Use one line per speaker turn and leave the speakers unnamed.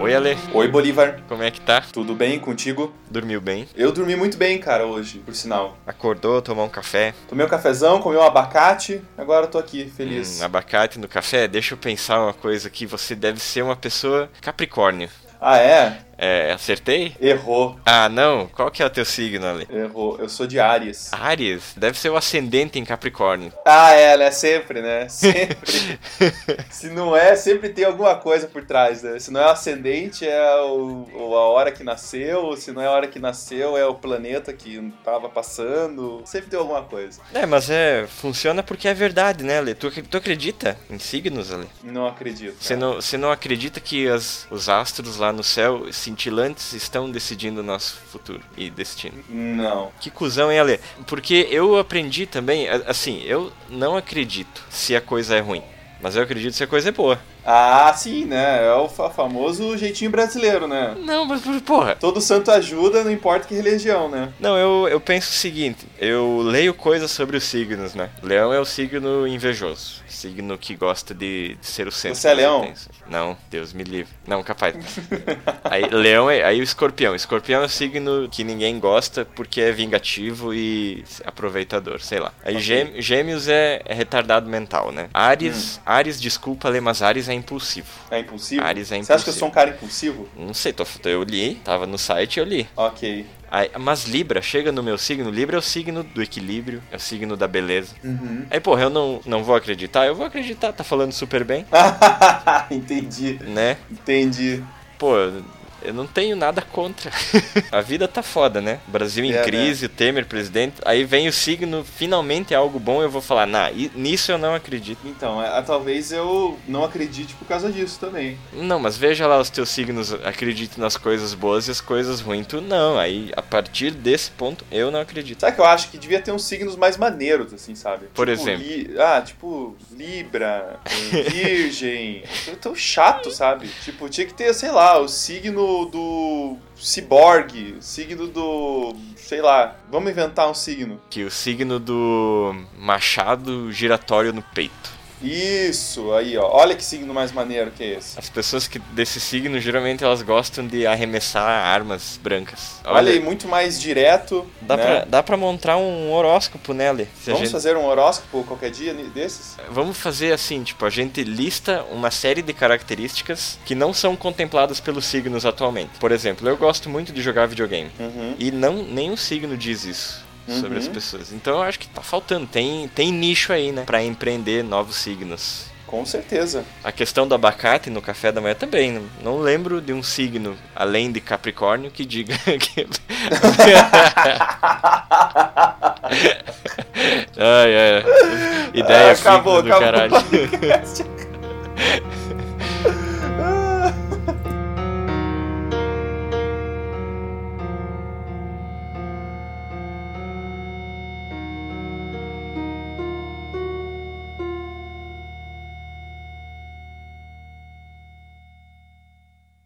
Oi, Ale.
Oi, Bolívar.
Como é que tá?
Tudo bem contigo?
Dormiu bem?
Eu dormi muito bem, cara, hoje, por sinal.
Acordou, tomou um café?
Tomei um cafezão, comi um abacate, agora eu tô aqui, feliz.
Hum, abacate no café? Deixa eu pensar uma coisa aqui. Você deve ser uma pessoa Capricórnio.
Ah, é?
É, acertei?
Errou,
Ah, não. Qual que é o teu signo, Ale?
errou. Eu sou de Ares.
Ares? Deve ser o ascendente em Capricórnio.
Ah, é, né? Sempre, né? Sempre. Se não é, sempre tem alguma coisa por trás, né? Se não é o ascendente, é o, o- a hora que nasceu. Se não é a hora que nasceu, é o planeta que tava passando. Sempre tem alguma coisa.
É, mas é. Funciona porque é verdade, né, Ale? Tu, acre- tu acredita em signos, Ale?
Não acredito.
Você não, você não acredita que as- os astros lá no céu cintilantes estão decidindo o nosso futuro e destino?
Não.
Que cuzão, hein, Ale? Porque eu aprendi também, a- assim, eu não acredito se a coisa é ruim. Mas eu acredito se a coisa é boa.
Ah, sim, né? É o fa- famoso jeitinho brasileiro, né?
Não, mas por- porra.
Todo santo ajuda, não importa que religião, né?
Não, eu, eu penso o seguinte: eu leio coisas sobre os signos, né? Leão é o signo invejoso. Signo que gosta de, de ser o centro.
Você é
das
leão?
atenções. Não, Deus me livre. Não, capaz. aí, leão é. Aí o escorpião. Escorpião é o signo que ninguém gosta porque é vingativo e aproveitador, sei lá. Aí gê- gêmeos é, é retardado mental, né? Ares,
Hum.
Ares, desculpa, Lê, mas Ares é impulsivo.
É impulsivo?
Ares é
Você acha que eu
impulsivo.
sou um cara impulsivo?
Não sei, tô, eu li, tava no site eu li.
Ok.
Aí, mas Libra, chega no meu signo, Libra é o signo do equilíbrio, é o signo da beleza.
Uhum.
Aí, porra, eu não, não vou acreditar, eu vou acreditar, tá falando super bem,
entendi,
né?
entendi.
Pô, eu não tenho nada contra. A vida tá foda, né? Brasil em
É, né?
crise, o Temer presidente. Aí vem o signo, finalmente é algo bom, eu vou falar, nah, i- nisso eu não acredito.
Então, é, talvez eu não acredite por causa disso também.
Não, mas veja lá os teus signos, acredite nas coisas boas e as coisas ruins, tu não. Aí, a partir desse ponto, eu não acredito.
Sabe que eu acho que devia ter uns signos mais maneiros, assim, sabe?
Por
Tipo,
exemplo?
li- Ah, tipo, Libra, Virgem. Eu tô chato, sabe? Tipo, tinha que ter, sei lá, o signo do ciborgue, signo do. sei lá. Vamos inventar um signo.
Que o signo do machado giratório no peito.
Isso, aí, ó. Olha que signo mais maneiro que é esse.
As pessoas que desse signo, geralmente elas gostam de arremessar armas brancas.
Olha, aí, muito mais direto.
dá,
né?
pra, dá pra montar um horóscopo nele. Se a
Vamos
gente-
fazer um horóscopo qualquer dia ni- desses?
Vamos fazer assim, tipo, a gente lista uma série de características que não são contempladas pelos signos atualmente. Por exemplo, eu gosto muito de jogar videogame.
Uhum.
E não nenhum signo diz isso sobre
Uhum.
as pessoas. Então eu acho que tá faltando. Tem, tem nicho aí, né? Pra empreender novos signos.
Com certeza.
A questão do abacate no café da manhã também. Não, não lembro de um signo, além de Capricórnio, que diga que. ai, ai. Ideia
Ah, acabou,
fixa do
Ah, acabou.
caralho.